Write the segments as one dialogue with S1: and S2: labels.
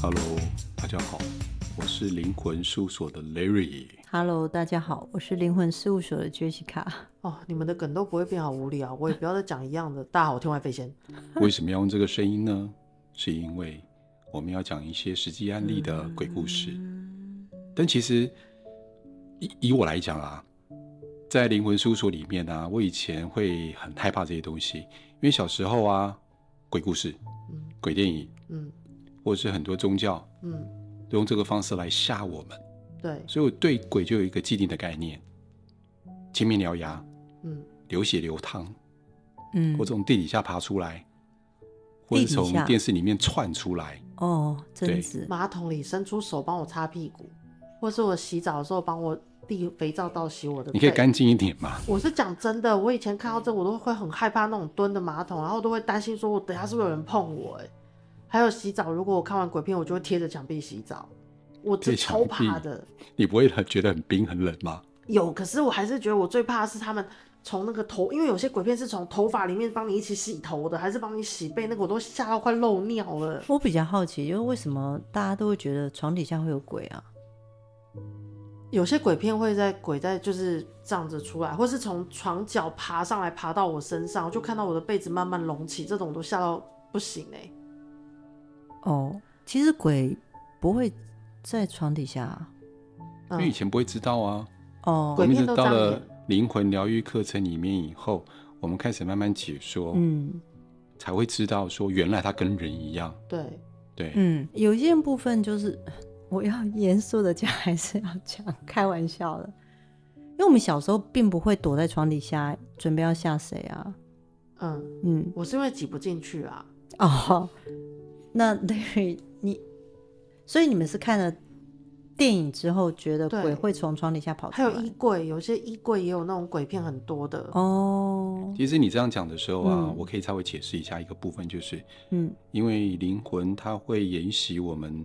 S1: Hello，大家好，我是灵魂事务所的 Larry。
S2: Hello，大家好，我是灵魂事务所的 Jessica。
S3: 哦，你们的梗都不会变好无聊，我也不要再讲一样的。大家好，我天外飞仙。
S1: 为什么要用这个声音呢？是因为我们要讲一些实际案例的鬼故事。
S2: 嗯
S1: 但其实以以我来讲啊，在灵魂事务所里面呢、我以前会很害怕这些东西，因为小时候啊，鬼故事、
S3: 嗯
S1: 鬼电影
S3: 嗯
S1: 或者是很多宗教
S3: 嗯，
S1: 都用这个方式来吓我们，
S3: 对，
S1: 所以我对鬼就有一个既定的概念：青面獠牙、
S3: 嗯
S1: 流血流汤，
S2: 嗯
S1: 或，从地底下爬出来，或者
S2: 地底
S1: 从
S2: 下
S1: 电视里面窜出来。
S2: 哦，贞子，
S3: 马桶里伸出手帮我擦屁股，或是我洗澡的时候帮我递肥皂到洗我的。
S1: 你可以。干净一点嘛？
S3: 我是讲真的，我以前看到这我都会很害怕那种蹲的马桶，然后都会担心说我等下是不是有人碰我哎、还有洗澡，如果我看完鬼片，我就会贴着墙壁洗澡，我
S1: 贴
S3: 是
S1: 墙
S3: 超怕
S1: 壁
S3: 的。
S1: 你不会很觉得很冰很冷吗？
S3: 有，可是我还是觉得我最怕的是他们从那个头，因为有些鬼片是从头发里面帮你一起洗头的，还是帮你洗背，那个我都吓到快漏尿了。
S2: 我比较好奇，就是为什么大家都会觉得床底下会有鬼啊？
S3: 有些鬼片会在鬼在就是这样子出来，或是从床脚爬上来，爬到我身上，我就看到我的被子慢慢隆起，这种我都吓到不行哎、
S2: 哦，其实鬼不会在床底下啊、
S1: 因为以
S3: 嗯，
S1: 前不会知道啊。我
S2: 哦，
S3: 鬼
S1: 们一
S3: 片
S1: 直
S3: 都
S1: 到
S3: 这样
S1: 了
S3: 演
S1: 灵魂疗愈课程里面以后，我们开始慢慢解说，
S2: 嗯
S1: 才会知道说原来它跟人一样。
S3: 对，
S1: 对，
S2: 嗯，有一件部分就是我要严肃的讲，还是要讲开玩笑的，因为我们小时候并不会躲在床底下准备要吓谁啊。
S3: 嗯，
S2: 嗯，
S3: 我是因为挤不进去啊，
S2: 哦， 那 Larry，你，所以你们是看了电影之后觉得
S3: 对
S2: 鬼会从床底下跑出
S3: 还
S2: 来？
S3: 有衣柜，有些衣柜也有那种鬼片很多的，
S2: 哦，
S1: 其实你这样讲的时候啊，
S2: 嗯
S1: 我可以稍微解释一下一个部分，就是
S2: 嗯
S1: 因为灵魂它会沿袭我们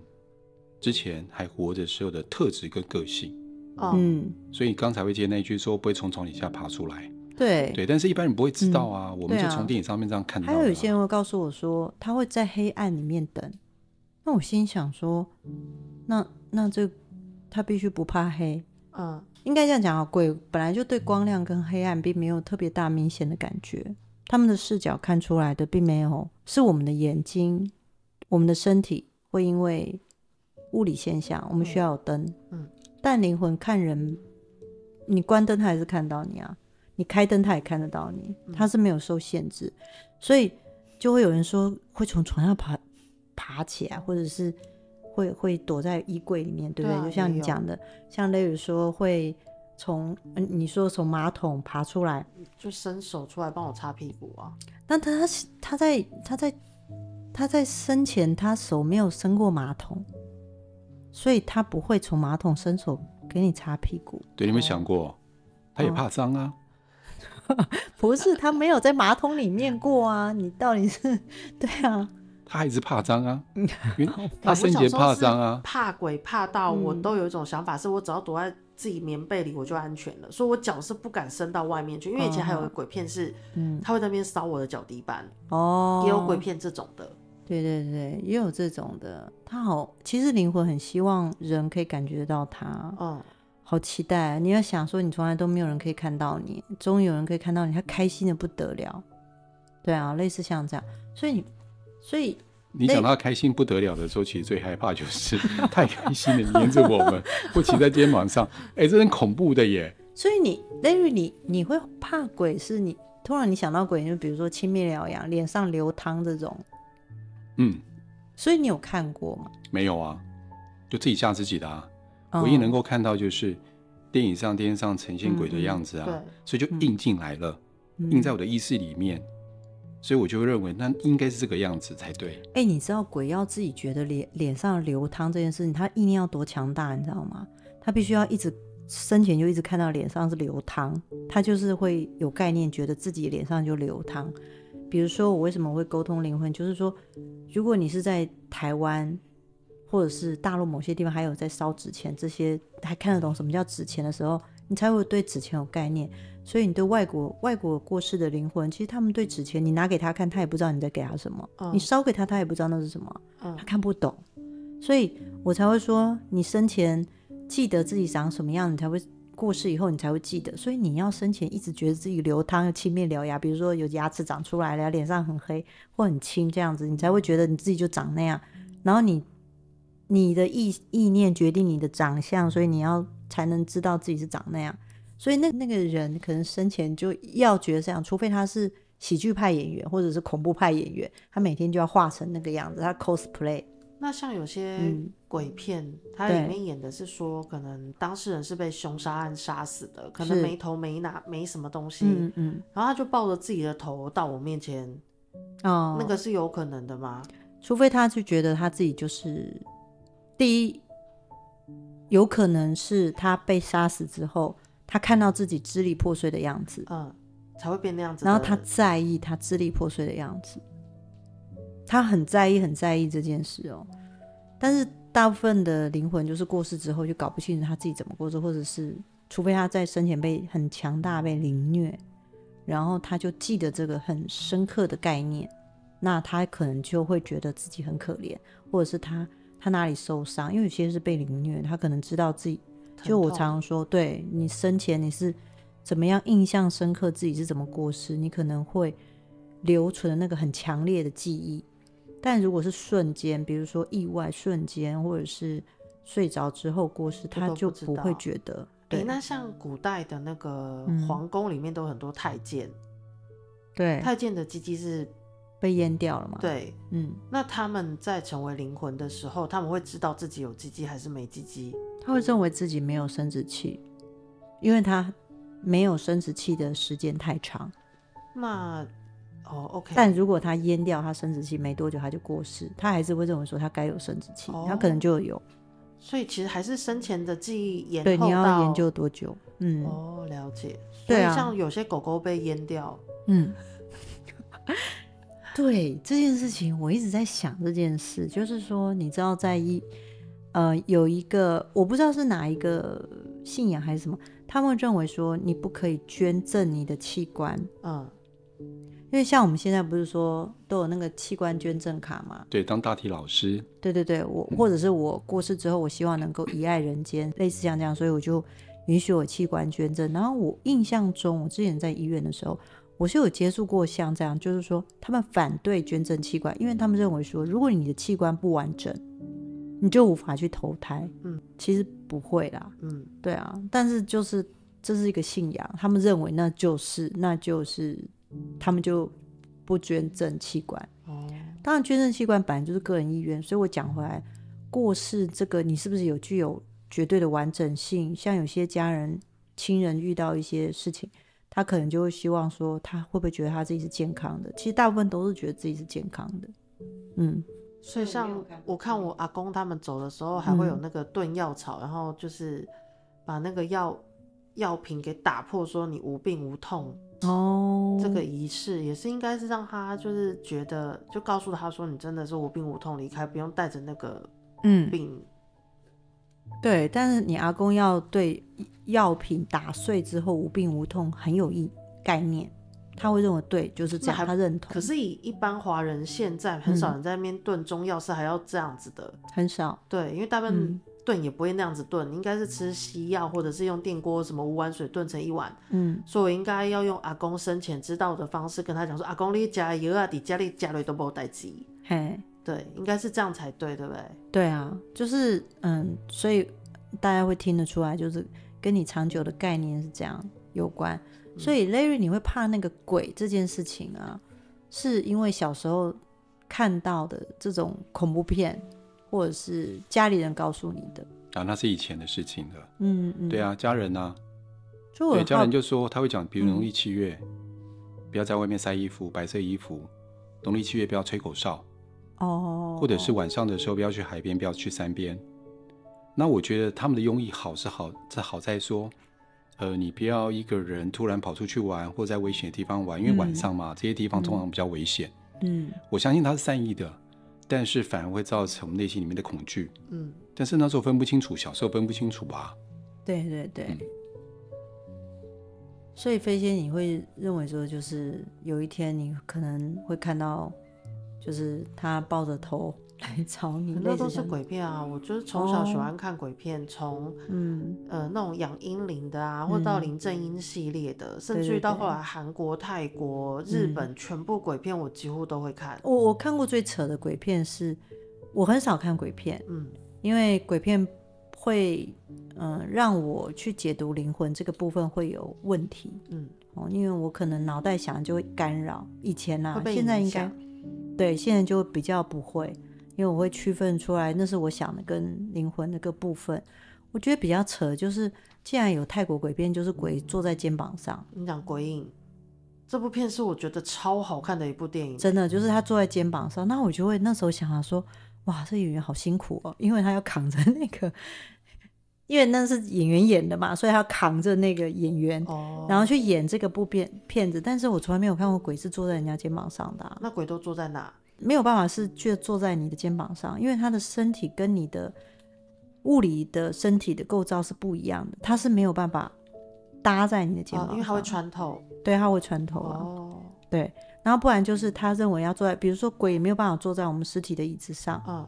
S1: 之前还活着时候的特质跟个性。
S3: 嗯，
S2: 嗯，
S1: 所以刚才会接那一句说不会从床底下爬出来，
S2: 对
S1: 对，但是一般人不会知道啊，我们
S2: 对
S1: 就
S2: 啊
S1: 从电影上面这样看到、
S2: 还
S1: 啊。
S2: 有有些人会告诉我说，他会在黑暗里面等。那我心想说，那那这他必须不怕黑，
S3: 嗯
S2: 应该这样讲啊。鬼本来就对光亮跟黑暗并没有特别大明显的感觉，他们的视角看出来的并没有，是我们的眼睛、我们的身体会因为物理现象，我们需要有灯，
S3: 嗯，
S2: 但灵魂看人，你关灯他还是看到你啊，你开灯他也看得到你，
S3: 嗯
S2: 他是没有受限制，所以就会有人说会从床上爬爬起来，或者是会会躲在衣柜里面，对不对？
S3: 对啊
S2: 就像
S3: 也
S2: 你
S3: 有
S2: 讲的，像例如说会从、嗯你说从马桶爬出来，
S3: 就伸手出来帮我擦屁股啊，
S2: 但他他在他在他在生前，他手没有伸过马桶，所以他不会从马桶伸手给你擦屁股。
S1: 对，你有没有想
S2: 哦
S1: 过，他也怕脏啊？
S2: 不是，他没有在马桶里面过啊！ 你到底是对啊？
S1: 他还是怕脏 啊，因为
S3: 我
S1: 他生前
S3: 小时候
S1: 怕
S3: 是
S1: 脏啊。
S3: 怕鬼怕到我
S2: 嗯
S3: 都有一种想法，是我只要躲在自己棉被里我就安全了，所以我脚是不敢伸到外面去，因为以前
S2: 哦
S3: 还有个鬼片是，
S2: 嗯，
S3: 他会在那边烧我的脚底板，
S2: 哦，
S3: 也有鬼。片这种的，
S2: 对对对，也有这种的。他好，其实灵魂很希望人可以感觉到他，
S3: 嗯，
S2: 好期待。啊你要想说，你从来都没有人可以看到你，终于有人可以看到你，他开心的不得了。对啊，类似像这样，所以你，所以
S1: 你讲他开心不得了的时候，其实最害怕就是 太开心了，黏着我们，或骑在肩膀 上，哎、这很恐怖的耶。
S2: 所以你 Larry，你你会怕鬼，是你突然你想到鬼，就比如说青面獠牙、脸上流汤这种，
S1: 嗯，
S2: 所以你有看过吗？
S1: 没有啊，就自己吓自己的啊。
S2: 嗯
S1: 唯一能够看到就是电影上、电视上呈现鬼
S2: 嗯
S1: 的样子啊，
S3: 对，
S1: 所以就印进来了。印在我的意识里面，所以我就会认为那应该是这个样子才对。
S2: 哎、你知道鬼要自己觉得脸脸上流汤这件事情，他意念要多强大，你知道吗？他必须要一直生前就一直看到脸上是流汤，他就是会有概念，觉得自己脸上就流汤。比如说，我为什么会沟通灵魂，就是说，如果你是在台湾或者是大陆某些地方还有在烧纸钱，这些还看得懂什么叫纸钱的时候，你才会对纸钱有概念。所以你对外国外国过世的灵魂，其实他们对纸钱，你拿给他看，他也不知道你在给他什么；
S3: 嗯
S2: 你烧给他，他也不知道那是什么，
S3: 嗯
S2: 他看不懂。所以我才会说，你生前记得自己长什么样，你才会过世以后你才会记得。所以你要生前一直觉得自己流汤、青面獠牙，比如说有牙齿长出来了，脸上很黑或很青这样子，你才会觉得你自己就长那样。然后你你的意意念决定你的长相，所以你要才能知道自己是长那样。所以那那个人可能生前就要觉得这样，除非他是喜剧派演员或者是恐怖派演员，他每天就要画成那个样子，他 cosplay。
S3: 那像有些
S2: 嗯
S3: 鬼片，它里
S2: 对
S3: 面演的是说，可能当事人是被凶杀案杀死的，可
S2: 是
S3: 能没头没脑，没什么东西，
S2: 嗯嗯，
S3: 然后他就抱着自己的头到我面前，
S2: 哦，
S3: 那个是有可能的吗？
S2: 除非他就觉得他自己就是第一，有可能是他被杀死之后，他看到自己支离破碎的样子，
S3: 嗯，才会变那样子的。
S2: 然后他在意他支离破碎的样子，他很在意很在意这件事哦。但是大部分的灵魂就是过世之后就搞不清楚他自己怎么过世，或者是除非他在生前被很强大被凌虐，然后他就记得这个很深刻的概念，那他可能就会觉得自己很可怜，或者是他他哪里受伤，因为有些是被凌虐，他可能知道自己
S3: 疼
S2: 就我
S3: 痛
S2: 常常说，对你生前你是怎么样印象深刻，自己是怎么过世，你可能会留存的那个很强烈的记忆。但如果是瞬间，比如说意外瞬间，或者是睡着之后过世，
S3: 这
S2: 他
S3: 都
S2: 就
S3: 不知
S2: 不会
S3: 道
S2: 觉得。
S3: 诶
S2: 对
S3: 那像古代的那个
S2: 嗯
S3: 皇宫里面都有很多太监，
S2: 对，
S3: 太监的鸡鸡是
S2: 被淹掉了嘛？，
S3: 对。
S2: 嗯，
S3: 那他们在成为灵魂的时候，他们会知道自己有鸡鸡还是没鸡鸡，
S2: 他会认为自己没有生殖器，因为他没有生殖器的时间太长。
S3: 那哦，OK，
S2: 但如果他淹掉他生殖器没多久，他就过世，他还是会认为说他该有生殖器，他可能
S3: 哦
S2: 就有。
S3: 所以其实还是生前的记忆延后
S2: 对，你要
S3: 到
S2: 研究多久？嗯、
S3: 哦，了解。所以
S2: 对啊
S3: 像有些狗狗被阉掉，
S2: 嗯， 对这件事情，我一直在想这件事，就是说，你知道在一呃有一个我不知道是哪一个信仰还是什么，他们认为说你不可以捐赠你的器官，
S3: 嗯，
S2: 因为像我们现在不是说都有那个器官捐赠卡嘛，
S1: 对，当大体老师，
S2: 对对对，我或者是我过世之后，我希望能够遗爱人间，类似像这样，所以我就允许我器官捐赠。然后我印象中，我之前在医院的时候，我是有接触过像这样，就是说他们反对捐赠器官，因为他们认为说，如果你的器官不完整，你就无法去投胎。
S3: 嗯，
S2: 其实不会啦，
S3: 嗯，
S2: 对啊，但是就是这是一个信仰，他们认为那就是那就是他们就不捐赠器官。
S3: 哦，
S2: 当然，捐赠器官本来就是个人意愿，所以我讲回来，
S3: 嗯
S2: 过世这个你是不是有具有绝对的完整性？像有些家人、亲人遇到一些事情，他可能就会希望说，他会不会觉得他自己是健康的？其实大部分都是觉得自己是健康的。嗯，
S3: 所以
S2: 我没
S3: 像
S2: 有看过
S3: 我看我阿公他们走的时候，还会有
S2: 嗯
S3: 那个炖药草，然后就是把那个药药瓶给打破，说你无病无痛。
S2: 哦，
S3: 这个仪式也是应该是让他就是觉得，就告诉他说你真的是无病无痛离开，不用带着那个
S2: 嗯，
S3: 病。
S2: 对，但是你阿公要对药品打碎之后无病无痛很有意概念，他会认为对就是这
S3: 那
S2: 样，
S3: 还
S2: 他认同。
S3: 可是以一般华人现在很少
S2: 嗯
S3: 人在那边炖中药是还要这样子的，
S2: 很少，
S3: 对，因为大部
S2: 嗯
S3: 分炖也不会那样子炖，应该是吃西药或者是用电锅什么五碗水炖成一碗，
S2: 嗯。
S3: 所以我应该要用阿公生前知道的方式跟他讲说，阿公你加油啊，你家里加里都不带鸡，
S2: 嘿，
S3: 对，应该是这样才对，对不对？
S2: 对啊，就是嗯，所以大家会听得出来，就是跟你长久的概念是这样有关。所以
S1: 嗯
S2: Larry，你会怕那个鬼这件事情啊，是因为小时候看到的这种恐怖片，或者是家里人告诉你的。
S1: 啊，那是以前的事情了。
S2: 嗯嗯，
S1: 对，啊，家人啊，
S2: 就我
S1: 对
S2: 很
S1: 家
S2: 好
S1: 人就说他会讲，比如
S2: 嗯
S1: 农历七月，不要在外面晒衣服，白色衣服；农历七月不要吹口哨，
S2: 哦，
S1: 或者是晚上的时候不要去海边，不要去山边。那我觉得他们的用意好是好，这好在说，呃，你不要一个人突然跑出去玩，或在危险的地方玩，因为晚
S2: 嗯
S1: 上嘛，这些地方通常比较危险。
S2: 嗯
S1: 我相信他是善意的，但是反而会造成我们内心里面的恐惧。
S3: 嗯，
S1: 但是那时候分不清楚，小时候分不清楚吧？
S2: 对对对。
S1: 嗯
S2: 所以飞仙，你会认为说，就是有一天你可能会看到，就是他抱着头来找你，
S3: 很多
S2: 类似
S3: 都是
S2: 像，
S3: 鬼片啊，我就是从小喜
S2: 哦
S3: 欢看鬼片，从
S2: 嗯，
S3: 呃那种养阴灵的啊，或到
S2: 嗯
S3: 林正英系列的，甚
S2: 对
S3: 至于
S2: 对
S3: 到
S2: 对
S3: 后来韩国、泰国、日
S2: 嗯
S3: 本，全部鬼片我几乎都会看。
S2: 我我看过最扯的鬼片是，我很少看鬼片，
S3: 嗯，
S2: 因为鬼片会，嗯、让我去解读灵魂这个部分会有问题，
S3: 嗯，
S2: 哦，因为我可能脑袋想就会干扰。以前呐、
S3: 会被
S2: 现在
S3: 影
S2: 应该
S3: 响
S2: 对，现在就比较不会，因为我会区分出来那是我想的跟灵魂那个部分。我觉得比较扯，就是既然有泰国鬼片，就是鬼坐在肩膀上，
S3: 你讲《鬼影》这部片是我觉得超好看的一部电影，
S2: 真的就是他坐在肩膀上，那我就会那时候想啊说，哇，这演员好辛苦哦，因为他要扛着那个，因为那是演员演的嘛，所以他要扛着那个演员，
S3: 哦。
S2: 然后去演这个部片片子。但是我从来没有看过鬼是坐在人家肩膀上的啊、
S3: 那鬼都坐在哪？
S2: 没有办法是却坐在你的肩膀上，因为他的身体跟你的物理的身体的构造是不一样的，他是没有办法搭在你的肩膀
S3: 哦，
S2: 上，
S3: 因为它会，穿透。
S2: 对，他会穿透啊。
S3: 哦，
S2: 对，然后不然就是他认为要坐在，比如说鬼也没有办法坐在我们尸体的椅子上。
S3: 嗯，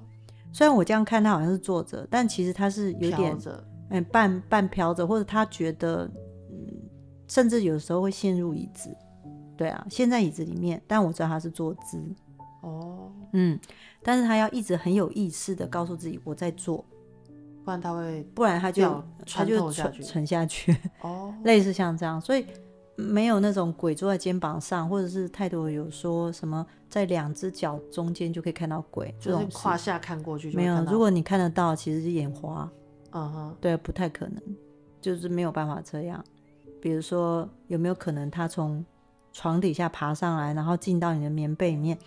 S2: 虽然我这样看他好像是坐着，但其实他是有
S3: 飘
S2: 点
S3: 着。
S2: 嗯半半飘着，或者他觉得嗯，甚至有时候会陷入椅子。对啊，陷在椅子里面，但我知道他是坐姿，
S3: 哦，
S2: 嗯，但是他要一直很有意识的告诉自己我在做，
S3: 不然它会
S2: 不然他就
S3: 掉
S2: 他
S3: 穿
S2: 就
S3: 透下
S2: 沉
S3: 去。
S2: 沉下去，
S3: 哦，
S2: 类似像这样，所以没有那种鬼坐在肩膀上，或者是太多有说什么在两只脚中间就可以看到鬼这
S3: 就是
S2: 种事
S3: 胯下看过去就
S2: 没
S3: 会
S2: 有
S3: 看。到
S2: 如果你看得到，其实是眼花，
S3: 嗯哼，
S2: 对，不太可能，就是没有办法这样。比如说，有没有可能他从床底下爬上来，然后进到你的棉被里面？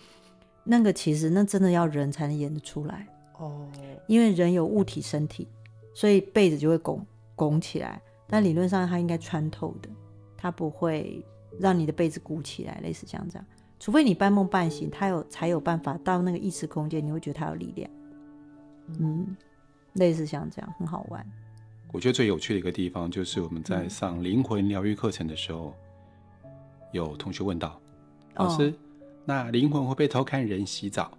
S2: 那个其实那真的要人才能演得出来。
S3: 哦，
S2: 因为人有物体身体，所以被子就会拱拱起来。但理论上它应该穿透的，它不会让你的被子鼓起来，类似像这样。除非你半梦半醒，它有才有办法到那个意识空间，你会觉得它有力量。嗯，类似像这样，很好玩。
S1: 我觉得最有趣的一个地方就是我们在
S2: 嗯
S1: 上灵魂疗愈课程的时候，有同学问到老
S2: 哦
S1: 师，那灵魂会不会偷看人洗澡？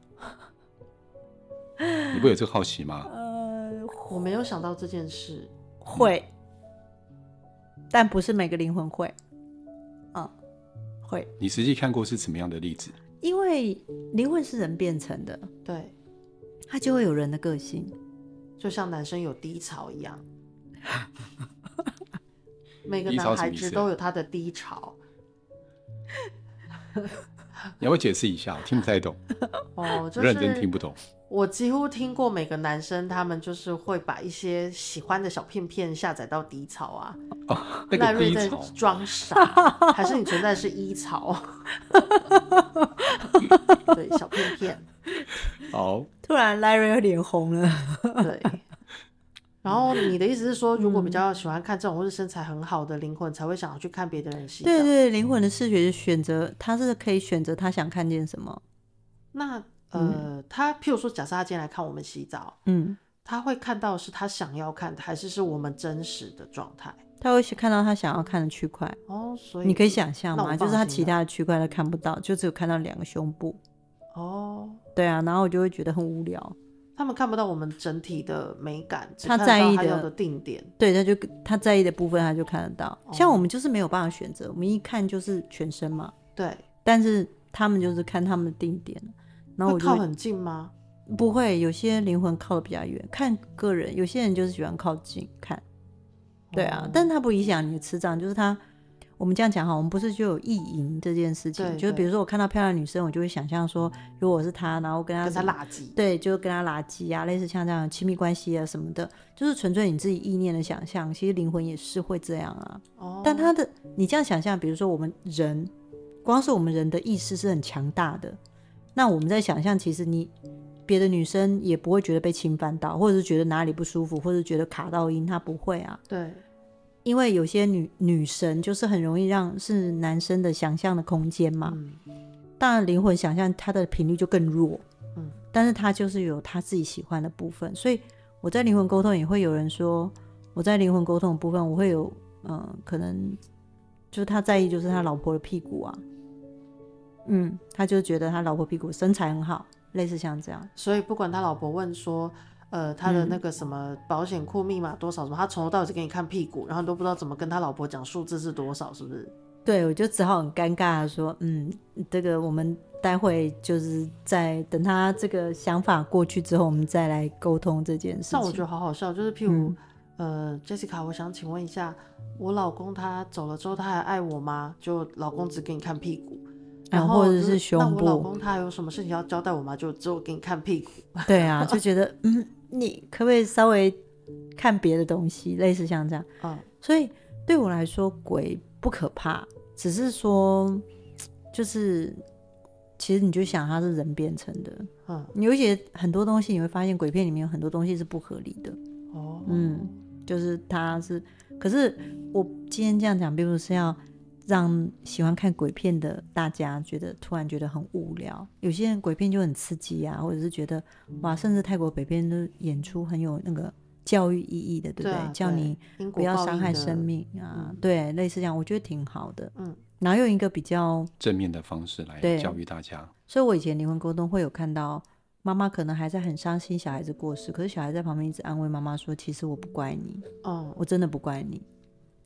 S1: 你不会有这个好奇吗？
S2: 呃，
S3: 我没有想到这件事。
S2: 会，但不是每个灵魂会。嗯，会，
S1: 你实际看过是怎么样的例子？
S2: 因为灵魂是人变成的，
S3: 对，
S2: 它就会有人的个性。
S3: 就像男生有低潮一样，每 个
S1: 低潮什么
S3: 男孩
S1: 意
S3: 子
S1: 思
S3: 都有他的低潮。
S1: 你要不要解释一下？我听不太懂，
S3: 哦， 就
S1: 我
S3: 是
S1: 认真听不懂。
S3: 我几乎听过每个男生，他们就是会把一些喜欢的小片片下载到低潮啊。
S1: 哦，那
S3: 赖
S1: 个
S3: 瑞
S1: 低
S3: 在
S1: 潮，
S3: 装傻， 还是你存在是一潮？对，小片片，
S1: 好，
S2: 突然 Larry 又脸红了。
S3: 对。然后你的意思是说，如
S2: 嗯
S3: 果比较喜欢看这种或是身材很好的灵魂，才会想要去看别的人洗澡？
S2: 对对，灵
S3: 嗯
S2: 魂的视觉是选择，他是可以选择他想看见什么。
S3: 那呃，他譬如说，假设他今天来看我们洗澡，
S2: 嗯，
S3: 他会看到是他想要看的，还是是我们真实的状态？
S2: 他会去看到他想要看的区块。
S3: 哦，所以
S2: 你可以想象
S3: 那我
S2: 嘛，就
S3: 放
S2: 是他
S3: 心
S2: 其
S3: 了
S2: 他的区块他看不到，就只有看到两个胸部。
S3: 哦，
S2: 对啊，然后我就会觉得很无聊。
S3: 他们看不到我们整体的美感，只
S2: 他
S3: 看
S2: 在
S3: 到
S2: 意
S3: 他要
S2: 的
S3: 的定点。
S2: 对，他就他在意的部分他就看得到。像我
S3: 哦
S2: 们就是没有办法选择，我们一看就是全身嘛。
S3: 对，
S2: 但是他们就是看他们的定点，然后
S3: 会
S2: 我就
S3: 靠很近吗？
S2: 不会，有些灵魂靠的比较远，看个人。有些人就是喜欢靠近看，对啊，
S3: 哦
S2: 但他不影响你的磁障，就是他。我们这样讲哈，我们不是就有意淫这件事情？
S3: 对
S2: 就是比
S3: 对
S2: 如说我看到漂亮女生，我就会想象说，如果我是她，然后跟她
S3: 跟他
S2: 什么
S3: 垃圾。
S2: 对，就跟她拉鸡啊，类似像这样的亲密关系啊什么的，就是纯粹你自己意念的想象。其实灵魂也是会这样啊，
S3: 哦，
S2: 但他的你这样想象，比如说我们人，光是我们人的意识是很强大的，那我们在想象，其实你别的女生也不会觉得被侵犯到，或者是觉得哪里不舒服，或者是觉得卡到音，她不会啊，
S3: 对，
S2: 因为有些女女神就是很容易让是男生的想象的空间嘛，
S3: 嗯，
S2: 当然灵魂想象它的频率就更弱，
S3: 嗯，
S2: 但是它就是有他自己喜欢的部分，所以我在灵魂沟通也会有人说，我在灵魂沟通的部分我会有，嗯、可能就是他在意就是他老婆的屁股啊，嗯，他就觉得他老婆屁股身材很好，类似像这样，
S3: 所以不管他老婆问说，呃，他的那个什么保险库密码多少什么，他从头到尾只给你看屁股，然后你都不知道怎么跟他老婆讲数字是多少，是不是？
S2: 对我就只好很尴尬的说，嗯，这个我们待会就是在等他这个想法过去之后，我们再来沟通这件事情。
S3: 但我觉得好好笑，就是譬如，呃，Jessica，我想请问一下，我老公他走了之后，他还爱我吗？就老公只给你看屁股，然
S2: 啊，
S3: 后
S2: 或者
S3: 就是那
S2: 胸
S3: 我老
S2: 部，
S3: 公他还有什么事情要交代我吗？就只有给你看屁股。
S2: 对啊，就觉得嗯，你可不可以稍微看别的东西，类似像这样。
S3: 嗯，
S2: 所以对我来说，鬼不可怕，只是说，就是其实你就想它是人变成的。
S3: 嗯，
S2: 有一些很多东西，你会发现鬼片里面有很多东西是不合理的，
S3: 哦，
S2: 嗯，就是它是。可是我今天这样讲，并不是要让喜欢看鬼片的大家觉得突然觉得很无聊。有些人鬼片就很刺激啊，或者是觉得哇，甚至泰国北片都演出很有那个教育意义的，对不
S3: 对啊
S2: 叫
S3: 对
S2: 你
S3: 因
S2: 不
S3: 果
S2: 要
S3: 报
S2: 伤
S3: 应
S2: 害
S3: 的
S2: 生。命啊，
S3: 嗯
S2: 对，类似这样，我觉得挺好的。
S3: 嗯，
S2: 然后用一个比较，
S1: 正面的方式来
S2: 对
S1: 教育大家。
S2: 所以我以前灵魂沟通会有看到，妈妈可能还在很伤心小孩子过世，可是小孩在旁边一直安慰妈妈说：“其实我不怪你，
S3: 嗯
S2: 我真的不怪你。”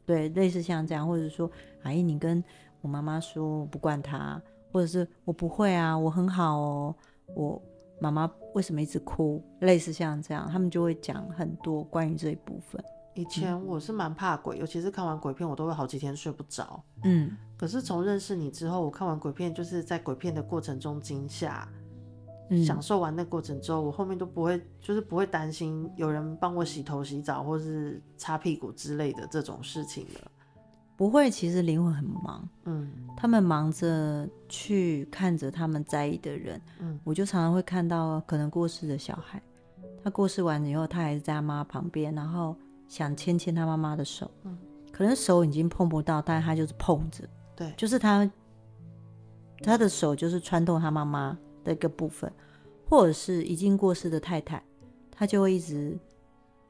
S2: 对，类似像这样，或者说阿姨，你跟我妈妈说我不怪她，或者是我不会啊，我很好哦，我妈妈为什么一直哭？类似像这样，他们就会讲很多关于这一部分。
S3: 以
S2: 嗯
S3: 前我是蛮怕鬼，尤其是看完鬼片，我都会好几天睡不着。
S2: 嗯，
S3: 可是从认识你之后，我看完鬼片，就是在鬼片的过程中惊吓，
S2: 嗯
S3: 享受完那过程之后，我后面都不会，就是不会担心有人帮我洗头、洗澡或是擦屁股之类的这种事情了。
S2: 不会，其实灵魂很忙，
S3: 嗯
S2: 他们忙着去看着他们在意的人。
S3: 嗯
S2: 我就常常会看到可能过世的小孩，他过世完以后，他还是在他妈妈旁边，然后想牵牵他妈妈的手，
S3: 嗯
S2: 可能手已经碰不到，但他就是碰着，
S3: 对
S2: 就是他他的手就是穿透他妈妈的一个部分，或者是已经过世的太太，他就会一直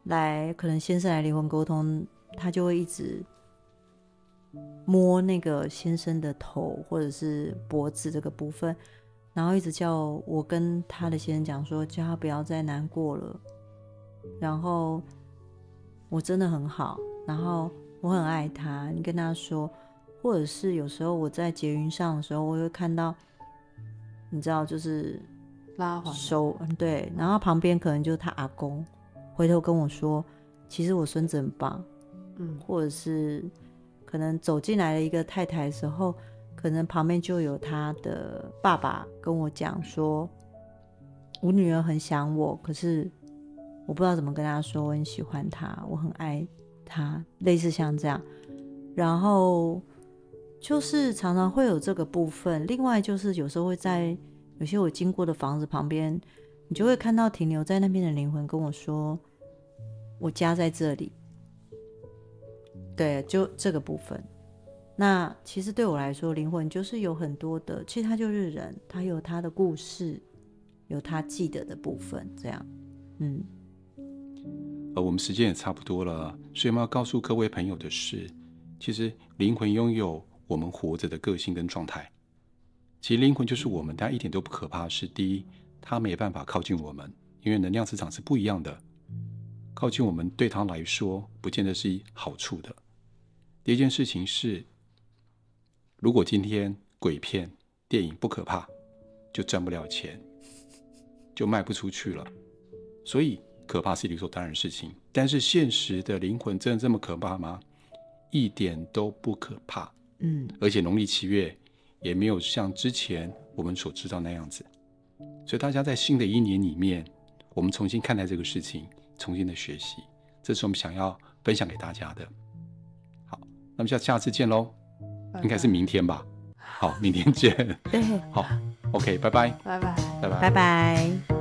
S2: 来，可能先生来离婚沟通，他就会一直摸那个先生的头或者是脖子这个部分，然后一直叫我跟他的先生讲说，叫他不要再难过了，然后我真的很好，然后我很爱他，你跟他说，或者是有时候我在捷运上的时候，我会看到，你知道就是
S3: 拉环，
S2: 手嗯对，然后旁边可能就是他阿公，回头跟我说，其实我孙子很棒，
S3: 嗯
S2: 或者是可能走进来的一个太太的时候，可能旁边就有他的爸爸跟我讲说，我女儿很想我，可是我不知道怎么跟她说，我很喜欢她，我很爱她，类似像这样，然后就是常常会有这个部分，另外就是有时候会在有些我经过的房子旁边，你就会看到停留在那边的灵魂跟我说，我家在这里。对，就这个部分。那其实对我来说，灵魂就是有很多的，其实他就是人，他有他的故事，有他记得的部分，这样，嗯，
S1: 呃，我们时间也差不多了，所以我们要告诉各位朋友的是，其实灵魂拥有我们活着的个性跟状态。其实灵魂就是我们，但一点都不可怕。是第一，它没办法靠近我们，因为能量磁场是不一样的。靠近我们对它来说，不见得是好处的。第一件事情是，如果今天鬼片、电影不可怕，就赚不了钱，就卖不出去了。所以可怕是理所当然的事情。但是现实的灵魂真的这么可怕吗？一点都不可怕。
S2: 嗯，
S1: 而且农历七月也没有像之前我们所知道那样子。所以大家在新的一年里面，我们重新看待这个事情，重新的学习，这是我们想要分享给大家的。好，那么下下次见喽，应该是明天吧？好，明天见。
S2: 对，
S1: 好，OK，拜拜，
S3: 拜拜。
S1: 拜拜，
S2: 拜拜。